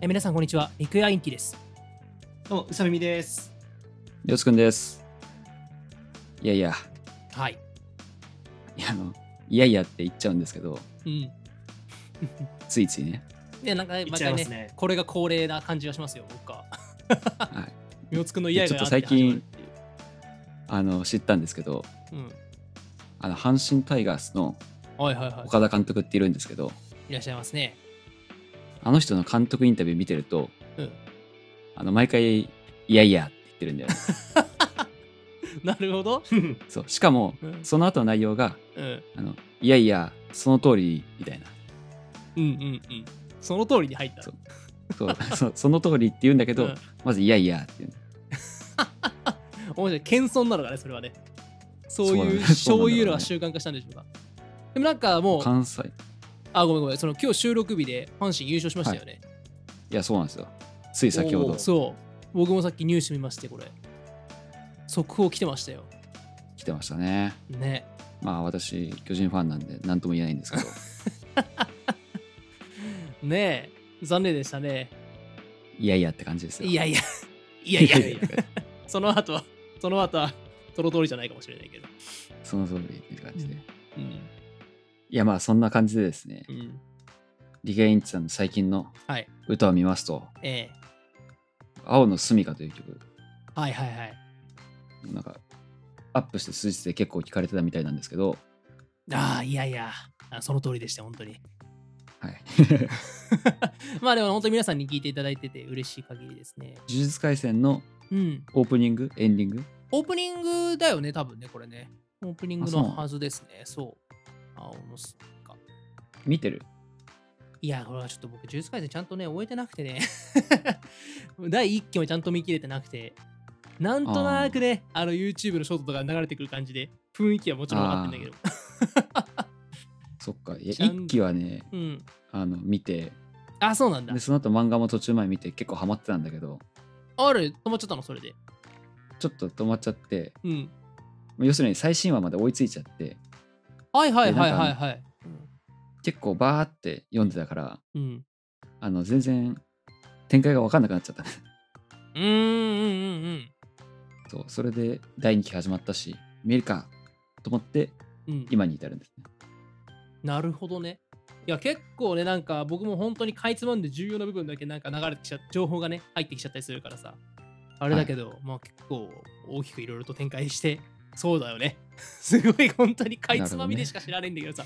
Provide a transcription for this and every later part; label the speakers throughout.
Speaker 1: え皆さんこんにちはミクヤインティです
Speaker 2: どうも、うさみみです。
Speaker 3: よつくんです。いやいや、
Speaker 1: はい
Speaker 3: いやあの、いやいやって言っちゃうんですけど、
Speaker 1: うん
Speaker 3: ついついね。
Speaker 1: でなんか毎
Speaker 2: 言っちゃ
Speaker 1: 回
Speaker 2: います
Speaker 1: ね
Speaker 2: ね。
Speaker 1: これが恒例な感じがしますよ僕は
Speaker 3: はい、
Speaker 1: みおつくんの嫌が
Speaker 3: ちょっと最
Speaker 1: あって
Speaker 3: 近、あの、知ったんですけど、
Speaker 1: 始まるっていう
Speaker 3: あの、阪神タイガースの
Speaker 1: うんはいはいは
Speaker 3: 岡田監督っているんですけど、
Speaker 1: いいらっしゃいますね
Speaker 3: あの人の監督インタビュー見てると、
Speaker 1: うん
Speaker 3: あの、毎回、いやいやって言ってるんだよね。
Speaker 1: なるほど
Speaker 3: そう。しかも、
Speaker 1: うん
Speaker 3: その後の内容が、
Speaker 1: うん
Speaker 3: あの、いやいや、その通り、みたいな。
Speaker 1: うんうんうんその通りに入った
Speaker 3: そうそう、 そその通りって言うんだけ
Speaker 1: う
Speaker 3: ど、
Speaker 1: ん
Speaker 3: まず、いやいやって言うの
Speaker 1: 面白い謙遜なのかねそれはねそう
Speaker 3: そうだ
Speaker 1: い
Speaker 3: ね
Speaker 1: う
Speaker 3: そうなんだろうね
Speaker 1: そういうのが習慣化したんでしょうかでもなんかもう
Speaker 3: 関西。
Speaker 1: あごめんごめんその今日収録日で阪神優勝しましたよね、
Speaker 3: いや、そうなんですよ。つい先ほ
Speaker 2: お
Speaker 3: ど
Speaker 2: ー。
Speaker 1: そう僕もさっきニュース見ましてこれ速報来てましたよ
Speaker 3: 来てましたね。
Speaker 1: ね
Speaker 3: まあ私、巨人ファンなんで何とも言えないんですけ ど、
Speaker 1: ねえ残念でしたね
Speaker 3: いやいやって感じですよ。
Speaker 1: いやいや いやいや
Speaker 2: いやいや
Speaker 1: その後はその後はその通りじゃないかもしれないけど
Speaker 3: その通りっていう感じで。
Speaker 1: うん
Speaker 3: い
Speaker 1: うん
Speaker 3: やまあそんな感じでですね
Speaker 1: う、ん
Speaker 3: リゲインチさんの最近の
Speaker 1: はい
Speaker 3: 歌を見ますと、
Speaker 1: ええ
Speaker 3: 青のすみかという曲、
Speaker 1: はいはいはい
Speaker 3: なんかアップして数日で結構聞かれてたみたいなんですけど、
Speaker 1: ああいやいやあその通りでした本当に
Speaker 3: はい。
Speaker 1: まあでも本当に皆さんに聞いていただいてて嬉しい限りですね
Speaker 3: 呪術廻戦の
Speaker 1: うん
Speaker 3: オープニング、エンディング、
Speaker 1: オープニングだよね多分ねこれねオープニング
Speaker 3: あそう
Speaker 1: の
Speaker 3: なの
Speaker 1: はずですねそう青のすか
Speaker 3: 見てる
Speaker 1: いや、これはちょっと僕、呪術廻戦ちゃんとね、終えてなくてね。 第1期もちゃんと見切れてなくて。なんとなくね、あの YouTube のショートとか流れてくる感じで、雰囲気はもちろん分かってんだけど。
Speaker 3: そっか。いや、
Speaker 1: ちゃん
Speaker 3: 一期はね、
Speaker 1: うん。
Speaker 3: あの、見て、
Speaker 1: あ、そうなんだ
Speaker 3: で、。その後漫画も途中まで見て結構ハマってたんだけど、
Speaker 1: あれ、止まっちゃったの、それで。
Speaker 3: ちょっと止まっちゃって、
Speaker 1: うん。
Speaker 3: 要するに最新話まで追いついちゃって、
Speaker 1: はいはいはい
Speaker 3: で
Speaker 1: はい
Speaker 3: なん
Speaker 1: はい。
Speaker 3: 結構バーって読んでたから、
Speaker 1: うん。
Speaker 3: あの全然展開が分かんなくなっちゃったね。
Speaker 1: うーんうんうんうん。
Speaker 3: そう、それで第2期始まったし、見るかと思って
Speaker 1: うん、
Speaker 3: 今に至るんですね。
Speaker 1: なるほどね。いや、結構ね、なんか僕も本当にかいつまんで重要な部分だけなんか流れてきちゃ、情報がね、入ってきちゃったりするからさ。あれだけど、まあ結構大きくいろいろと展開して、そうだよね。 すごい本当にかいつまみでしか知らないんだけど さ。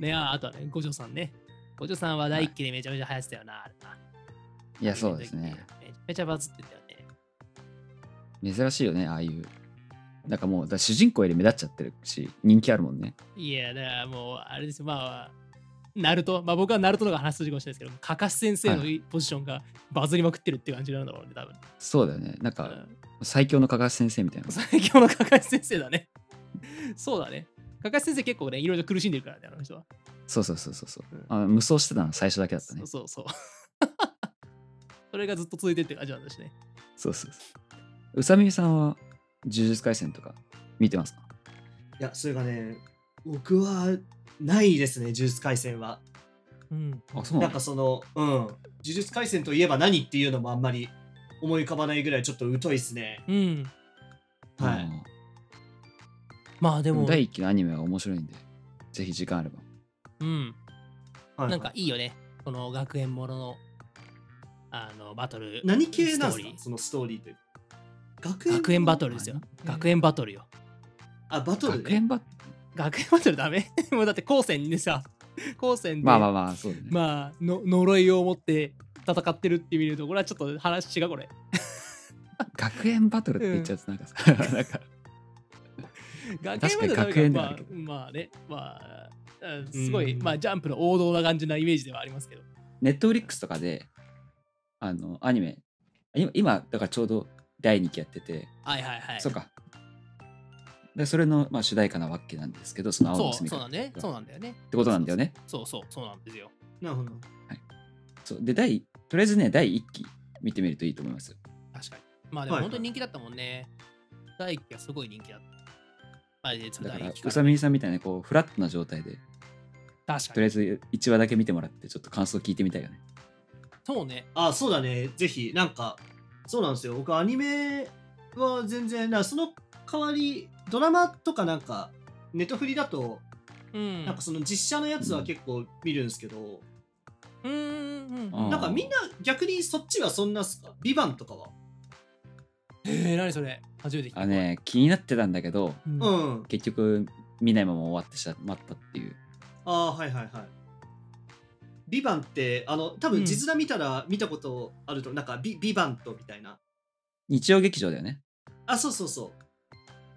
Speaker 1: ね、ああとはね、五条さんね。五条さんは第一期でめちゃめちゃ流行ってたよな、あれな。
Speaker 3: いや、そうですね。。
Speaker 1: めちゃめちゃバズってたよね。
Speaker 3: 珍しいよね、ああいう。なんかもう、だ主人公より目立っちゃってるし、人気あるもんね。
Speaker 1: いや、だからもう、あれですよ、まあ、ナルト、まあ僕はナルトの方が話するかもしれないですけど、カカシ先生の
Speaker 3: はい
Speaker 1: ポジションがバズりまくってるって感じなんだろうね、多分。
Speaker 3: そうだよね。なん
Speaker 1: う
Speaker 3: か、
Speaker 1: ん
Speaker 3: 最強の加賀先生みたいな。
Speaker 1: 最強のカカシ先生だね。 そうだね。カカシ先生結構ね、いろいろ苦しんでるからね、あの人は。
Speaker 3: そうそうそうそうそ
Speaker 1: う
Speaker 3: う
Speaker 1: ん。
Speaker 3: あ無双してたの最初だけだったね
Speaker 1: そう。そうそう。 それがずっと続いてるって感じなんですね。
Speaker 3: そうそうそう。うさみさんは、呪術廻戦とか見てますか
Speaker 2: いや、それがね、僕はないですね、呪術廻戦は。
Speaker 1: うん。
Speaker 3: あ、そうな
Speaker 2: なん
Speaker 3: ん
Speaker 2: か
Speaker 3: だ。
Speaker 2: その、うん、呪術廻戦といえば何っていうのもあんまり思い浮かばないぐらいちょっと疎いですね。
Speaker 1: うん。
Speaker 2: は
Speaker 3: あ
Speaker 2: い。
Speaker 3: ー
Speaker 1: まあで
Speaker 3: で
Speaker 1: も、
Speaker 3: も第1期のアニメは面白いんで、ぜひ時間あれば。
Speaker 1: うん。
Speaker 2: はい
Speaker 1: なんかいいよね。この学園ものの、あの、バトル。
Speaker 2: 何系なん
Speaker 1: ストー
Speaker 2: です
Speaker 1: リ
Speaker 2: か
Speaker 1: ー
Speaker 2: そのストーリーというか学
Speaker 1: 学園バトルですよ。学園バトルよ。
Speaker 2: あ、バトル、
Speaker 3: 学
Speaker 2: ね、
Speaker 3: 園バッ
Speaker 1: 学園バトルダメ もうだって高専でさ高専で
Speaker 3: まあまあまあ、そうだね。
Speaker 1: まあの呪いを持って戦ってるって見るとこれはちょっと話違うこれ
Speaker 3: 学園バトルって言っちゃうとなんかさ、なんか、
Speaker 1: 学
Speaker 3: 確かに
Speaker 1: 園バト
Speaker 3: 学
Speaker 1: ル
Speaker 3: 園
Speaker 1: だか
Speaker 3: ではあ
Speaker 1: ら
Speaker 3: るけど
Speaker 1: まあまあねまああすごい
Speaker 2: うん
Speaker 1: まあジャンプの王道な感じなイメージではありますけど
Speaker 3: ネットフリックスとかで、あの、アニメ、今、今だからちょうど第2期やってて、
Speaker 1: はいはいはい
Speaker 3: そうか。で、それの、まあ、主題歌なわけなんですけど、その青
Speaker 1: そ
Speaker 3: の
Speaker 1: う
Speaker 3: 隅
Speaker 1: そう
Speaker 3: か
Speaker 1: な
Speaker 3: っ
Speaker 1: んだねそうなんだよね
Speaker 3: てことなんだよね。
Speaker 1: そうそうそうなんですよ
Speaker 2: なるほど。
Speaker 3: そうで、第、とりあえずね、第1期見てみるといいと思いますよ。
Speaker 1: 確かにまあでも
Speaker 2: はい
Speaker 1: 本当に人気だったもんね第一期はすごい人気だったまあで
Speaker 3: だから、
Speaker 1: 第一期
Speaker 3: う
Speaker 1: か
Speaker 3: さ
Speaker 1: ら
Speaker 3: みさんみたいな、こう、フラットな状態で、
Speaker 1: 確
Speaker 3: と
Speaker 1: か
Speaker 3: り
Speaker 1: に
Speaker 3: あえず1話だけ見てもらって、ちょっと感想聞いてみたいよね。
Speaker 1: そうね。
Speaker 2: あ、そうだね。ぜひ、なんか、そうなんですよ。僕、アニメは全然、なその代わり、ドラマとかなんか、ネットフリだと、
Speaker 1: うん。
Speaker 2: なんかその実写のやつは結構見るんですけど、
Speaker 1: うんうんうん。
Speaker 3: あ
Speaker 2: なんかみんな逆にそっちはそんなっすかビバンとかは。
Speaker 1: えー、何それ初めて聞いた。
Speaker 3: あね気になってたんだけど
Speaker 1: うん。
Speaker 2: う
Speaker 1: うん
Speaker 2: ん。
Speaker 3: 結局見ないまま終わってしまったっていう
Speaker 2: ああ、はいはいはい。ビバンって、あの、多
Speaker 1: うん
Speaker 2: 分地面見たら見たことあると、なんかビ、ビバンとみたいな。
Speaker 3: 日曜劇場だよね
Speaker 2: あ、そうそうそう。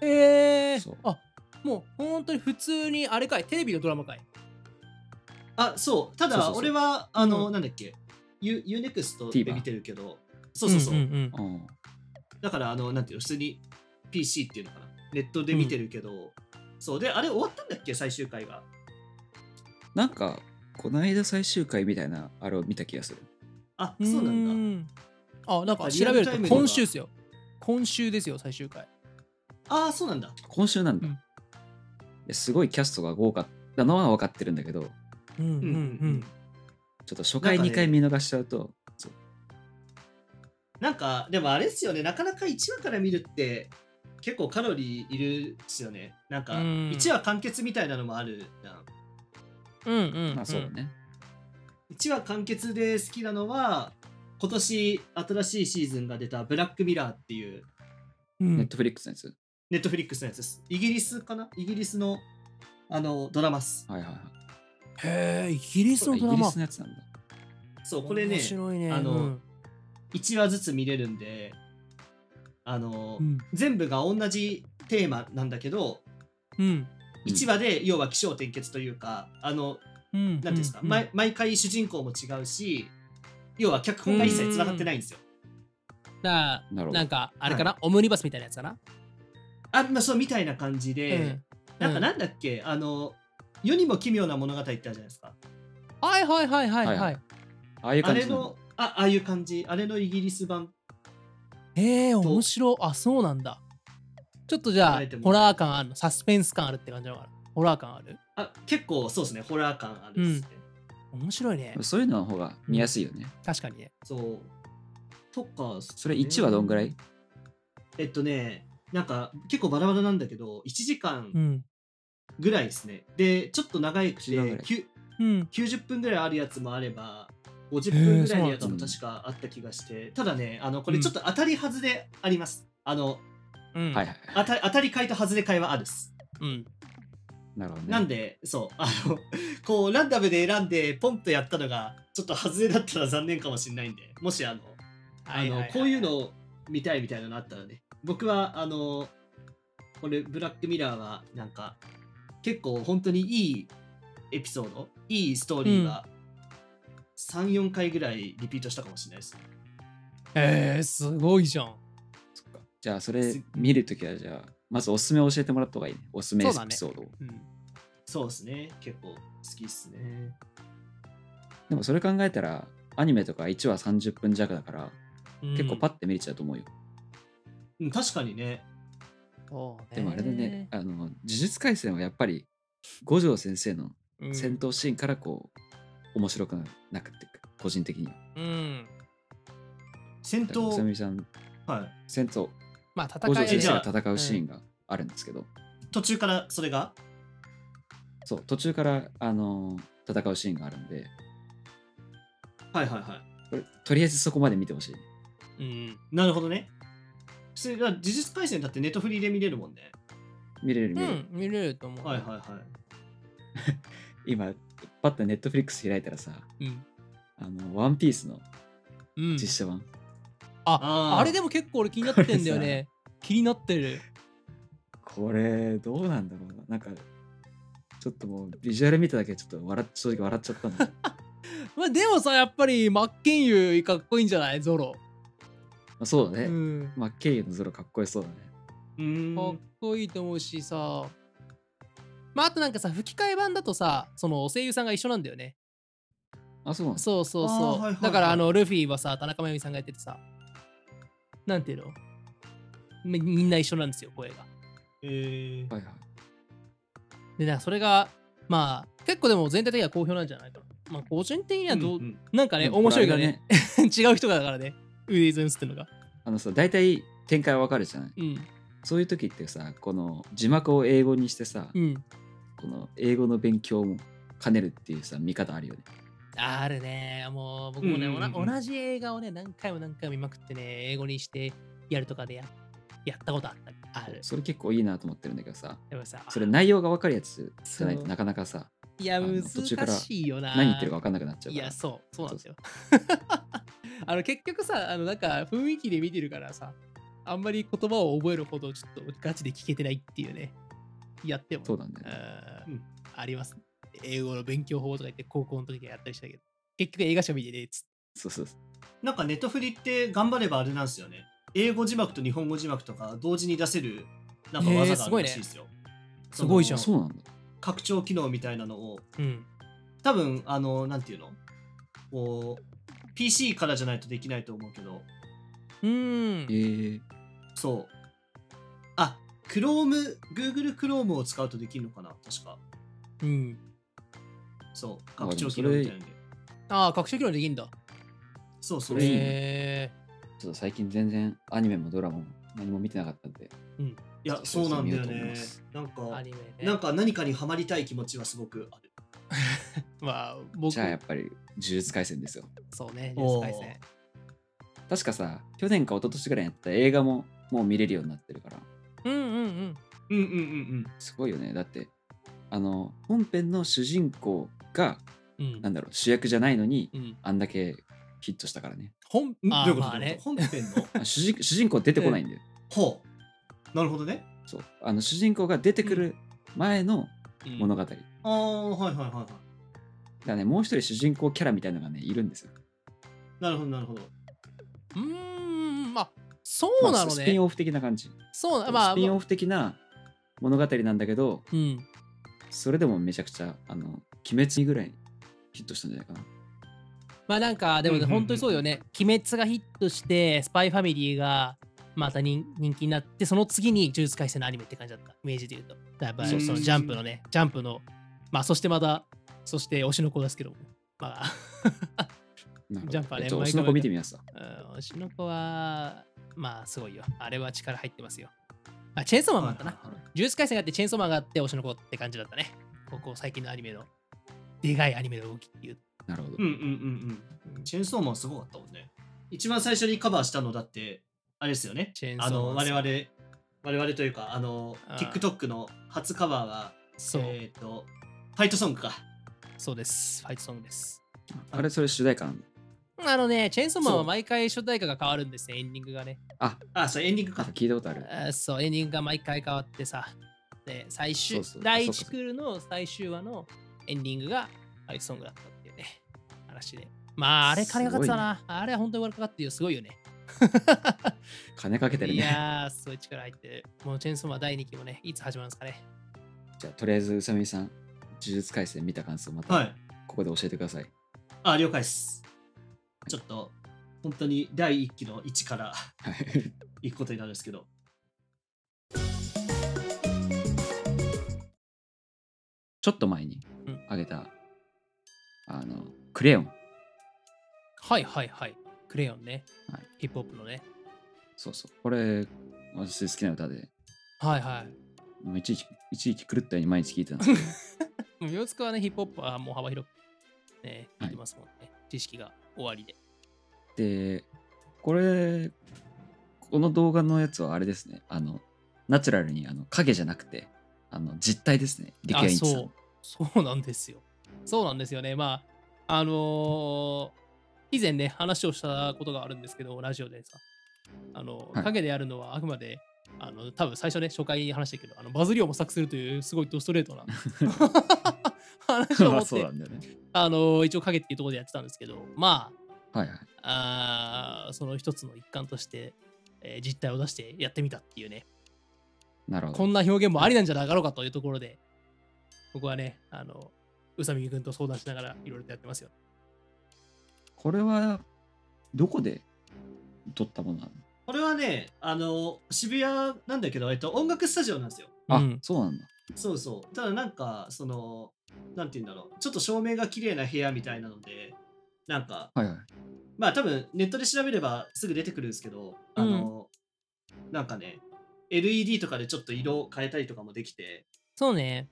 Speaker 1: え
Speaker 3: そう
Speaker 1: ー、あもう本当に普通にあれかい、テレビのドラマかい。
Speaker 2: あそう
Speaker 3: そう
Speaker 2: た
Speaker 3: そう
Speaker 2: だ
Speaker 3: そう
Speaker 2: 俺はあの、
Speaker 1: う
Speaker 2: なんだっけ U- UNEXT で
Speaker 3: TVer
Speaker 2: 見てるけどそうそうそう、
Speaker 1: んんん
Speaker 3: うん
Speaker 2: だからあのなんていうの普通に PC っていうのかなネットで見てるけど、そうであれ終わったんだっけ最終回が
Speaker 3: なんかこの間最終回みたいなあれを見た気がする
Speaker 2: あそうなんだ
Speaker 1: んだ。あ、なんか調
Speaker 2: リア
Speaker 1: べ
Speaker 2: ル
Speaker 1: る
Speaker 2: タ
Speaker 1: と
Speaker 2: イムのが
Speaker 1: 今週ですよ。今週ですよ、最終回。
Speaker 2: あそうなんだ
Speaker 3: 今週なんだ、
Speaker 1: うん
Speaker 3: いやすごいキャストが豪華なのは分かってるんだけど
Speaker 1: うんうん
Speaker 2: うん
Speaker 1: うん。
Speaker 3: ちょっと初回
Speaker 2: なんかね
Speaker 3: 2回見逃しちゃうと、そう
Speaker 2: なんかでもあれっすよねなかなか1話から見るって結構カロリーいるっすよねなんか
Speaker 1: うん
Speaker 2: 1話完結みたいなのもあるな
Speaker 1: うんうん、うん。
Speaker 3: まあそうだね、
Speaker 2: 1話完結で好きなのは今年新しいシーズンが出た「ブラックミラー」っていう
Speaker 1: うん。
Speaker 3: ネットフリックスのやつ
Speaker 2: ネットフリックスのやつです。イギリスかなイギリスのあのドラマっす。
Speaker 3: はいはいはい
Speaker 1: へえ、イギリス
Speaker 3: そう
Speaker 1: の
Speaker 3: か
Speaker 1: ドラ
Speaker 3: イギリ
Speaker 1: マ
Speaker 3: ス。のやつなんだ
Speaker 2: そう、これね
Speaker 1: 面、白いね。
Speaker 2: あの
Speaker 1: うん
Speaker 2: 1話ずつ見れるんで、あの、
Speaker 1: うん。
Speaker 2: 全部が同じテーマなんだけど、
Speaker 1: うん。
Speaker 3: うん
Speaker 2: 1話で要は起承転結というか、あの、
Speaker 1: うん。
Speaker 2: なんていうんですか、
Speaker 1: うん
Speaker 2: 毎毎回主人公も違うし、要は脚本が一切繋がってないんですよ。
Speaker 1: だか
Speaker 3: なる
Speaker 1: ら
Speaker 3: ほど
Speaker 1: なんか、あれかな、オムニバスみたいなやつかな。
Speaker 2: あ、まあそう、みたいな感じ
Speaker 1: う
Speaker 2: で、
Speaker 1: ん。
Speaker 2: なん
Speaker 1: う
Speaker 2: か
Speaker 1: ん
Speaker 2: なんだっけ、あの、世にも奇妙な物語ってあるじゃないですか。
Speaker 1: はいはいはいはい
Speaker 3: はい
Speaker 1: は。
Speaker 3: はいああいう
Speaker 2: あ
Speaker 3: 感
Speaker 2: れ
Speaker 3: じなんだ
Speaker 2: の、あ、ああいう感じ、あれのイギリス版
Speaker 1: へえ、面白い。あ、そうなんだ。ちょっとじゃあ
Speaker 2: 捉えて、も
Speaker 1: ホラー感あるの、サスペンス感あるって感じなのかな。ホラー感ある
Speaker 2: あ結構そうですねホラー感あるですね、
Speaker 1: 面白いね。
Speaker 3: そういうのの方が見やすいよね、
Speaker 1: 確かにね。
Speaker 2: そうとかっすね
Speaker 3: それ1話どんぐらい
Speaker 2: えっとねなんか結構バラバラなんだけど1時間
Speaker 1: うん。
Speaker 2: ぐらいですね、でちょっと長いく
Speaker 3: 一時間ぐら
Speaker 2: て
Speaker 3: い
Speaker 2: きゅ
Speaker 1: うん。
Speaker 2: 90分ぐらいあるやつもあれば50分ぐらいのやつ
Speaker 3: へ
Speaker 2: も
Speaker 3: ー
Speaker 2: 確かあった気がして、ただねあのこ
Speaker 1: う
Speaker 2: れ
Speaker 1: ん
Speaker 2: ちょっと当たり外れあります、あの
Speaker 1: うん。
Speaker 3: はいはい
Speaker 2: 当た当たり会と外れ会はあるっす、
Speaker 1: うん。
Speaker 3: なるほどね
Speaker 2: なんでそうあの こうランダムで選んでポンとやったのがちょっと外れだったら残念かもしれないんでもしあのあのこういうのを見たいみたいなのあったらね僕はあのこれブラックミラーはなんか結構本当にいいエピソードいいストーリーは34回ぐらいリピートしたかもしれないですね
Speaker 1: えー、すごいじゃん。
Speaker 3: そっかじゃあそれ見るときはじゃあまずおすすめを教えてもらった方がいいねおすすめエ
Speaker 1: そうだね
Speaker 3: ピソードを、
Speaker 1: うん、
Speaker 2: そうですね結構好きっすね
Speaker 3: でもそれ考えたらアニメとか1話30分弱だから結構パッ
Speaker 1: ッ、
Speaker 3: て見れちゃうと思うよ、
Speaker 2: うん確かにね
Speaker 1: そう
Speaker 3: でもあれだね、あの呪術廻戦はやっぱり五条先生の
Speaker 1: うん
Speaker 3: 戦闘シーンからこう、面白くなくってく個人的には
Speaker 1: うん、
Speaker 2: 戦
Speaker 3: だからうさ
Speaker 2: 闘
Speaker 3: みさん
Speaker 2: はい
Speaker 3: 戦闘
Speaker 1: まあ
Speaker 3: 五条
Speaker 1: 戦い
Speaker 3: 先
Speaker 1: で
Speaker 3: 生
Speaker 1: ゃ
Speaker 3: が戦うシーンがあるんですけど、
Speaker 2: 途中からそれが
Speaker 3: そう途中からあの戦うシーンがあるんで
Speaker 2: はいはいはい
Speaker 3: これとりあえずそこまで見てほしい
Speaker 1: うん
Speaker 2: なるほどねそれが呪術廻戦だってネットフリーで見れるもんね
Speaker 3: 見れる
Speaker 1: う
Speaker 3: 見れる、
Speaker 1: ん、見れると思う。
Speaker 2: はいはいはい
Speaker 3: 今パッとネットフリックス開いたらさ
Speaker 1: い。うん。
Speaker 3: あのワンピースの
Speaker 1: うん、
Speaker 3: 実写版、
Speaker 1: あ
Speaker 2: あー
Speaker 1: あれでも結構俺気になってんだよね。気になってる。
Speaker 3: これどうなんだろうななんかちょっともうビジュアル見ただけでちょっと笑っ正直笑っちゃ ったんだけどま
Speaker 1: まあでもさ、やっぱり真剣佑かっこいいんじゃないゾロ。
Speaker 3: あそうだ
Speaker 1: う
Speaker 3: ね、
Speaker 1: ん。
Speaker 3: まあケイユのゾロかっこよそうだね
Speaker 2: うーん
Speaker 1: かっこいいと思うしさ。まああとなんかさ、吹き替え版だとさ、その声優さんが一緒なんだよね。
Speaker 3: あそうなんだ
Speaker 1: そうそう
Speaker 2: あーは
Speaker 1: そう。
Speaker 2: いはいはい
Speaker 1: だからあのルフィはさ、田中真由美さんがやっててさ、なんていうのみみんな一緒なんですよ、声が。
Speaker 2: えー
Speaker 3: はいはい
Speaker 1: で、なんかそれが、まあ、結構でも全体的には好評なんじゃないかな。まあ、個人的にはどう、
Speaker 2: うんうん
Speaker 1: なんかね、面白いからね、 違う人だからね、腕に映ってるのが。
Speaker 3: あのさ大体展開わかるじゃない
Speaker 1: うん。
Speaker 3: そういう時ってさこの字幕を英語にしてさ、
Speaker 1: うん。
Speaker 3: この英語の勉強も兼ねるっていうさ見方あるよね
Speaker 1: あるね。もう、僕もね、
Speaker 2: うんうんうん
Speaker 1: おな同じ映画をね、何回も何回も見まくってね、英語にしてやるとかでややったことあった。ある。
Speaker 3: それ結構いいなと思ってるんだけどさ
Speaker 1: でもさ、
Speaker 3: それ内容がわかるやつじゃないと
Speaker 1: そう
Speaker 3: なかなかさ
Speaker 1: いや、
Speaker 3: あの途中から
Speaker 1: 難しいよな。
Speaker 3: 何言ってるかわかんなくなっちゃう
Speaker 1: い
Speaker 3: から
Speaker 1: や、そう、そうなん ですよ。あの、結局さ、あの、なんか、雰囲気で見てるからさ、あんまり言葉を覚えるほど、ちょっとガチで聞けてないっていうね、やっても。
Speaker 3: そうなんだよ、ね、
Speaker 1: う
Speaker 2: うんん、
Speaker 1: あります。英語の勉強法とか言って高校の時はやったりしたけど、結局映画賞見てねえっつって。
Speaker 3: そうそうそう
Speaker 2: なんかネットフリって頑張ればあれなんですよね。英語字幕と日本語字幕とか同時に出せるなんか技があるらしいですよ。
Speaker 1: すごいじゃん
Speaker 3: あそうなんだ
Speaker 2: 拡張機能みたいなのを
Speaker 1: うん。
Speaker 2: 多分あのなんていうのこう PC からじゃないとできないと思うけど
Speaker 1: う
Speaker 3: ええ
Speaker 1: ーん。
Speaker 2: そうあ Chrome Google Chrome を使うとできるのかな確か
Speaker 1: うん。
Speaker 2: そう
Speaker 3: あでも
Speaker 2: 拡張機能みたいなんで
Speaker 1: ああ、拡張機能できんだ。
Speaker 2: そうそ
Speaker 3: こ
Speaker 2: う
Speaker 3: れいいね
Speaker 1: へえ
Speaker 3: ちょっと最近全然アニメもドラマも何も見てなかったんで
Speaker 2: いやそうなんだよ
Speaker 3: そう見ようと思い
Speaker 2: ね
Speaker 3: ます
Speaker 2: なん
Speaker 1: ア
Speaker 2: か
Speaker 1: ニメね。
Speaker 2: なんか何かにはまりたい気持ちはすごくある
Speaker 1: まあ、僕、
Speaker 3: じゃあやっぱり呪術廻戦ですよ
Speaker 1: そうね、
Speaker 2: おー
Speaker 1: 呪術廻戦
Speaker 3: 確かさ去年か一昨年ぐらいにやった映画ももう見れるようになってるから
Speaker 1: うんうんうん。
Speaker 2: うんうんうん
Speaker 3: すごいよねだってあの本編の主人公が
Speaker 1: うん
Speaker 3: なんだろう主役じゃないのに
Speaker 1: うん、
Speaker 3: あんだけヒットしたか らね
Speaker 1: 本
Speaker 2: うん
Speaker 1: あ
Speaker 2: どう
Speaker 1: ー
Speaker 2: いうこと
Speaker 1: まあ
Speaker 2: どういう
Speaker 1: ね
Speaker 2: こと、本編の
Speaker 3: あ主人主人公出てこないんだよ、
Speaker 2: ほうなるほどね
Speaker 3: そうあの主人公が出てくる前の
Speaker 1: うん
Speaker 3: 物語、だか
Speaker 2: ああはいはいはいはい
Speaker 3: らねもう一人主人公キャラみたいのがねいるんですよ
Speaker 2: なるほどなるほど
Speaker 1: うーん、まあ、そうな
Speaker 3: まあ
Speaker 1: の
Speaker 3: スピン
Speaker 1: ね。
Speaker 3: オフ的な感じ
Speaker 1: そうな、まあ、
Speaker 3: スピン
Speaker 1: まあ
Speaker 3: オフ的な物語なんだけど
Speaker 1: うん。
Speaker 3: それでもめちゃくちゃあの鬼滅ぐらいヒットしたんじゃないかな
Speaker 1: まあなんかでもね、
Speaker 2: うんうんうん
Speaker 1: 本当にそうよね。鬼滅がヒットして、スパイファミリーがまた人人気になって、その次に呪術廻戦のアニメって感じだった。イメージで言うと。だからやっぱ
Speaker 2: そう
Speaker 1: そのジャンプのね、ジャンプの、まあそしてまた、そして推しの子ですけども。まあ、
Speaker 3: なるほど
Speaker 1: ジャンプはね
Speaker 3: えっと、
Speaker 1: 毎回
Speaker 3: その子見てみますわ
Speaker 1: うん推しの子は、まあすごいよ。あれは力入ってますよ。あ、チェーンソーマンもあったな。
Speaker 2: はいはいはい
Speaker 1: 呪術廻戦があって、チェーンソーマンがあって、推しの子って感じだったね。ここ最近のアニメの、でかいアニメの動きっていう。
Speaker 3: なるほど、
Speaker 2: うんうんうんうんチェーンソーマンすごかったもんね一番最初にカバーしたのだってあれですよね
Speaker 1: チェーンソ
Speaker 2: あ
Speaker 1: ーマン
Speaker 2: の我
Speaker 1: さん
Speaker 2: 々我々というかあの
Speaker 1: あー
Speaker 2: TikTok の初カバーが
Speaker 1: そう、
Speaker 2: えっ、とファイトソングか
Speaker 1: そうです。ファイトソングです。
Speaker 3: あれそれ主題歌なんだ
Speaker 1: あのね、チェーンソーマン
Speaker 2: そ
Speaker 1: は
Speaker 2: う
Speaker 1: 毎回初代歌が変わるんですよ、エンディングがね。
Speaker 2: あそうエンディング
Speaker 3: な
Speaker 2: か
Speaker 3: んか聞いたことある
Speaker 1: あそう、エンディングが毎回変わってさ。で、最終、
Speaker 3: そうそう
Speaker 1: 第
Speaker 3: そ
Speaker 1: 1
Speaker 3: う
Speaker 1: ク
Speaker 3: か
Speaker 1: ールの最終話のエンディングがファイトソングだったっていうね、話で。まあ、あれ金かかってたな。あれは本当に金かかってるよ、すごいよね。
Speaker 3: 金かけてる
Speaker 1: い
Speaker 3: ね
Speaker 1: やー、すごい力入ってる。もうチェーンソーマン第2期もね、いつ始まるんですかね。
Speaker 3: じゃあとりあえずうさみさん呪術廻戦見た感想また
Speaker 2: はい
Speaker 3: ここで教えてください、
Speaker 2: あ了解ですちょっと本当に第1期の1から
Speaker 3: はい、
Speaker 2: 行くことになるんですけど
Speaker 3: ちょっと前に
Speaker 1: うん
Speaker 3: あげた、あのクレヨン
Speaker 1: はいはいはい。クレヨンね。
Speaker 3: はい
Speaker 1: ヒップホップのね。
Speaker 3: そうそうこれ私好きな歌で
Speaker 1: はいは
Speaker 3: もういちいち一時期狂ったように毎日聴いてたんですけど
Speaker 1: い。もう、洋塚はね、ヒップホップはもう幅広く、ね、聞いてますもんね。知識が終わりで。
Speaker 3: でこれこの動画のやつはあれですねあのナチュラルにあの影じゃなくてあの実体ですねリクエインチさ
Speaker 1: あ
Speaker 3: ん
Speaker 1: そうそうなんですよ。そうなんですよね。まあ、あのー以前ね、話をしたことがあるんですけど、ラジオでさ、あの、
Speaker 3: はい
Speaker 1: 影でやるのはあくまで、あの、多分最初ね、初回に話したけど、あのバズりを模索するという、すごいドストレー トな話を
Speaker 3: ま
Speaker 1: 持
Speaker 3: あ
Speaker 1: っ
Speaker 3: そう
Speaker 1: て、
Speaker 3: なんだよね
Speaker 1: あのー一応影っていうところでやってたんですけど、ま
Speaker 3: はいはい
Speaker 1: あ、あーその一つの一環として、えー実態を出してやってみたっていうね、
Speaker 3: なるほど
Speaker 1: こんな表現もありなんじゃなかろうかというところで、僕はね、あの、宇佐美君と相談しながらいろいろとやってますよ。
Speaker 3: これはどこで撮ったものなの
Speaker 2: これはねあの渋谷なんだけど、えっと、音楽スタジオなんですよ
Speaker 3: あ、
Speaker 1: うん
Speaker 3: そうなんだ。
Speaker 2: そうそうただなんかそのなんて言うんだろう、ちょっと照明が綺麗な部屋みたいなので、なんか、
Speaker 3: はいはい。
Speaker 2: まあ多分ネットで調べればすぐ出てくるんですけど、あの、なんかね、LED とかでちょっと色を変えたりとかもできて、
Speaker 1: そうね。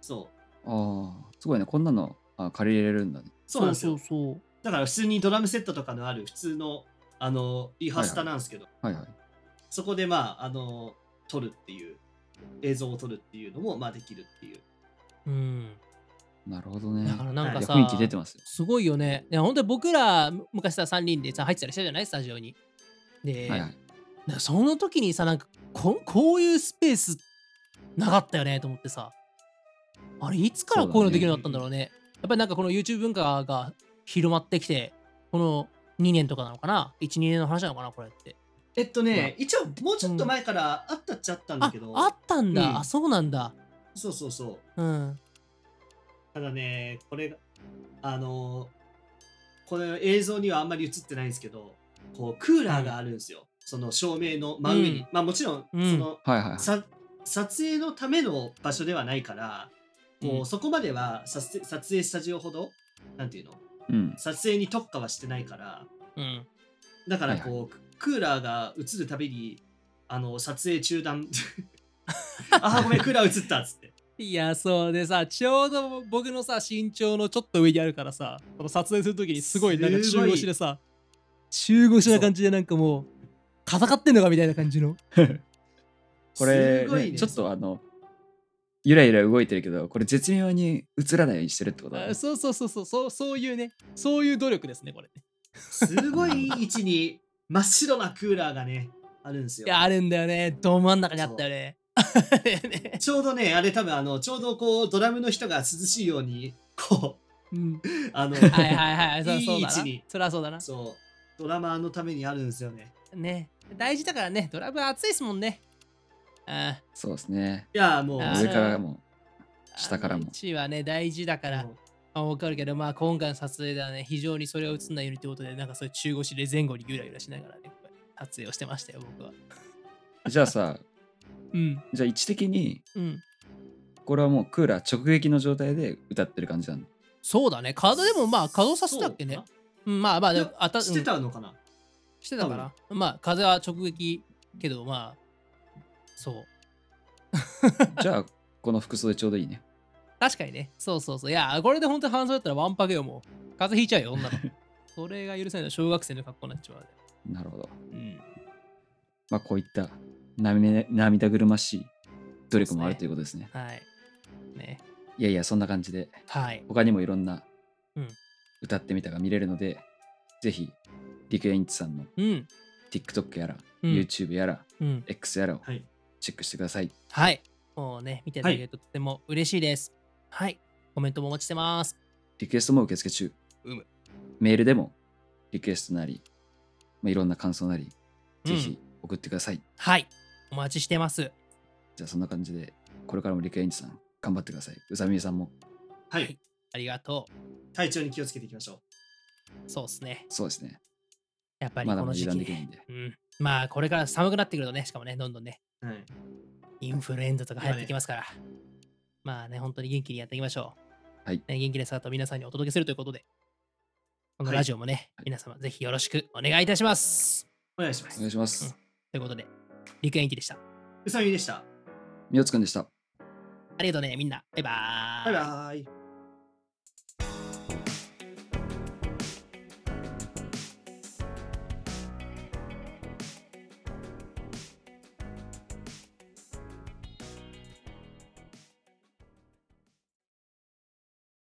Speaker 2: そう、
Speaker 3: ああ、すごいね。こんなのあ借りれるんだね。
Speaker 2: そうなんですよ。
Speaker 1: そうそう
Speaker 2: だから普通にドラムセットとかのある普通の、あの、リハスタなんですけど、
Speaker 3: はいはい。
Speaker 2: そこでまあ、あの、撮るっていう、映像を撮るっていうのも、まあできるっていう。
Speaker 1: そう。うん。
Speaker 3: なるほどね。
Speaker 1: だからなん
Speaker 2: か
Speaker 3: いや
Speaker 1: さ
Speaker 3: 雰囲気出てますよ。
Speaker 1: すごいよね。いや、本当に僕ら、む昔さ、3人でさ、入ってたりしたじゃないスタジオに。で、
Speaker 3: はいはい。
Speaker 1: なんかその時にさ、なんかこ、こういうスペースなかったよねと思ってさ。あれ、いつからこういうのできるようになったんだろうね。やっぱりなんかこの YouTube 文化が広まってきて、この2年とかなのかな ?1、2年の話なのかなこれって。
Speaker 2: えっとね、一応もうちょっと前からあったっちゃあったんだ
Speaker 1: あ
Speaker 2: けど、、
Speaker 1: あったんだ。
Speaker 2: うん
Speaker 1: あ、そうなんだ。
Speaker 2: そうそうそう。
Speaker 1: うん。
Speaker 2: ただね、これが、あのーこの映像にはあんまり映ってないんですけど、こうクーラーがあるんですよ。その照明の真上に。
Speaker 1: うん
Speaker 2: まあもちろん、そ
Speaker 1: うん
Speaker 2: の、
Speaker 3: はいはいはい。
Speaker 2: さ撮影のための場所ではないから、こう
Speaker 1: うん
Speaker 2: そこまでは撮影撮影スタジオほど、なんていうの、
Speaker 3: うん。
Speaker 2: 撮影に特化はしてないから、
Speaker 1: うん。
Speaker 2: だから
Speaker 3: はい
Speaker 2: こう、クーラーが映るたびに、あの、撮影中 断。あー、ごめん、クーラー映ったっつって。
Speaker 1: いや、そうでさ、ちょうど僕のさ、身長のちょっと上にあるからさ、この撮影するときにすごい、なんか
Speaker 2: す
Speaker 1: 中
Speaker 2: ごい
Speaker 1: 腰でさ、中腰な感じでなんかもう、戦ってんのかみたいな感じの。
Speaker 3: これ
Speaker 2: すごい、
Speaker 3: ね
Speaker 2: ね、
Speaker 3: ちょっとあの、ゆらゆら動いてるけど、これ絶妙に映らないようにしてるってことだ
Speaker 1: あ
Speaker 3: ね。
Speaker 1: そうそうそうそうそうそういうねそういう努力ですねこれね
Speaker 2: すごい位置に真っ白なクーラーがね、あるんですよ
Speaker 1: い。やあるんだよねど真ん中にあったよね あれね
Speaker 2: ちょうどね、あれ多分あの、ちょうどこう、ドラムの人が涼しいように、こ
Speaker 1: うん
Speaker 2: う、あの、
Speaker 1: はいはいはいそうそうだ
Speaker 2: いい位置
Speaker 1: な
Speaker 2: に
Speaker 1: そりゃそうだな
Speaker 2: そう、ドラマーのためにあるんですよね。
Speaker 1: ね大事だからねドラムは熱いですもんねあ
Speaker 3: そうですね。
Speaker 2: いや、もう、
Speaker 1: あ
Speaker 3: 上からも。下からも
Speaker 1: 位置はね大事だから
Speaker 2: もう
Speaker 1: あ分かるけどまあ今回の撮影ではね非常にそれを映んないようにってことでなんかそういう中腰で前後にゆらゆらしながらね撮影をしてましたよ僕は
Speaker 3: じゃあさ、
Speaker 1: うん
Speaker 3: じゃあ位置的に、
Speaker 1: うん
Speaker 3: これはもうクーラー直撃の状態で歌ってる感じなの。
Speaker 1: そうだねカードでもまあ稼働させたっけね
Speaker 2: そう
Speaker 1: うんまあまあ
Speaker 2: い
Speaker 1: でも
Speaker 2: や
Speaker 1: あた
Speaker 2: してたのかな、
Speaker 1: してたかな、まあ風は直撃けどまあそう
Speaker 3: じゃあ、この服装でちょうどいいね。
Speaker 1: 確かにねそうそうそういやこれで本当に半袖だったらワンパケよもう風邪ひいちゃうよ 女の子それが許せないのは小学生の格好になっちまうね
Speaker 3: なるほど。
Speaker 1: うん
Speaker 3: まあ、こういった涙涙ぐるましい努力もあるということですね。
Speaker 1: はいね
Speaker 3: いやいや、そんな感じで、
Speaker 1: はい
Speaker 3: 他にもいろんな
Speaker 1: うん
Speaker 3: 歌ってみたが見れるので、ぜひ、リクエインチさんの
Speaker 1: うん
Speaker 3: TikTok やら、
Speaker 1: うん
Speaker 3: YouTube やら、
Speaker 1: うん
Speaker 3: X やらを
Speaker 2: はい。
Speaker 3: チェックしてください。
Speaker 1: はいもうね見ていただけるととても嬉しいですはいコメントもお待ちしてます
Speaker 3: リクエストも受付中。
Speaker 1: うむ
Speaker 3: メールでもリクエストなり、まあ、いろんな感想なり、ぜ
Speaker 1: うん
Speaker 3: ひ送ってください。
Speaker 1: はいお待ちしてます
Speaker 3: じゃあそんな感じで、これからもリクエインチさん、頑張ってください。うさみえさんも、
Speaker 2: はい。
Speaker 1: ありがとう
Speaker 2: 体調に気をつけていきましょう。
Speaker 1: そうっすね
Speaker 3: そうですね。
Speaker 1: やっぱり
Speaker 3: ま
Speaker 1: こ
Speaker 3: だま
Speaker 1: の
Speaker 3: だ
Speaker 1: 時
Speaker 3: 油
Speaker 1: 期
Speaker 3: 断できない
Speaker 1: ね
Speaker 3: んで。
Speaker 1: うんまあこれから寒くなってくるとねしかもねどんどんね
Speaker 2: はい。
Speaker 1: インフルエンザとか流行ってきますから、まあね、本当に元気にやっていきましょう。
Speaker 3: はい
Speaker 1: ね、元気な姿を皆さんにお届けするということで、この
Speaker 2: はい
Speaker 1: ラジオもね、
Speaker 3: はい
Speaker 1: 皆様ぜひよろしくお願いいたします。
Speaker 2: お願いしま
Speaker 3: お願
Speaker 2: す
Speaker 3: い。します。
Speaker 1: ということで、陸延期でした。
Speaker 2: うさみでした。
Speaker 3: みおつくんでした。
Speaker 1: ありがとうね、みんな。バイバー
Speaker 2: バイバーイ。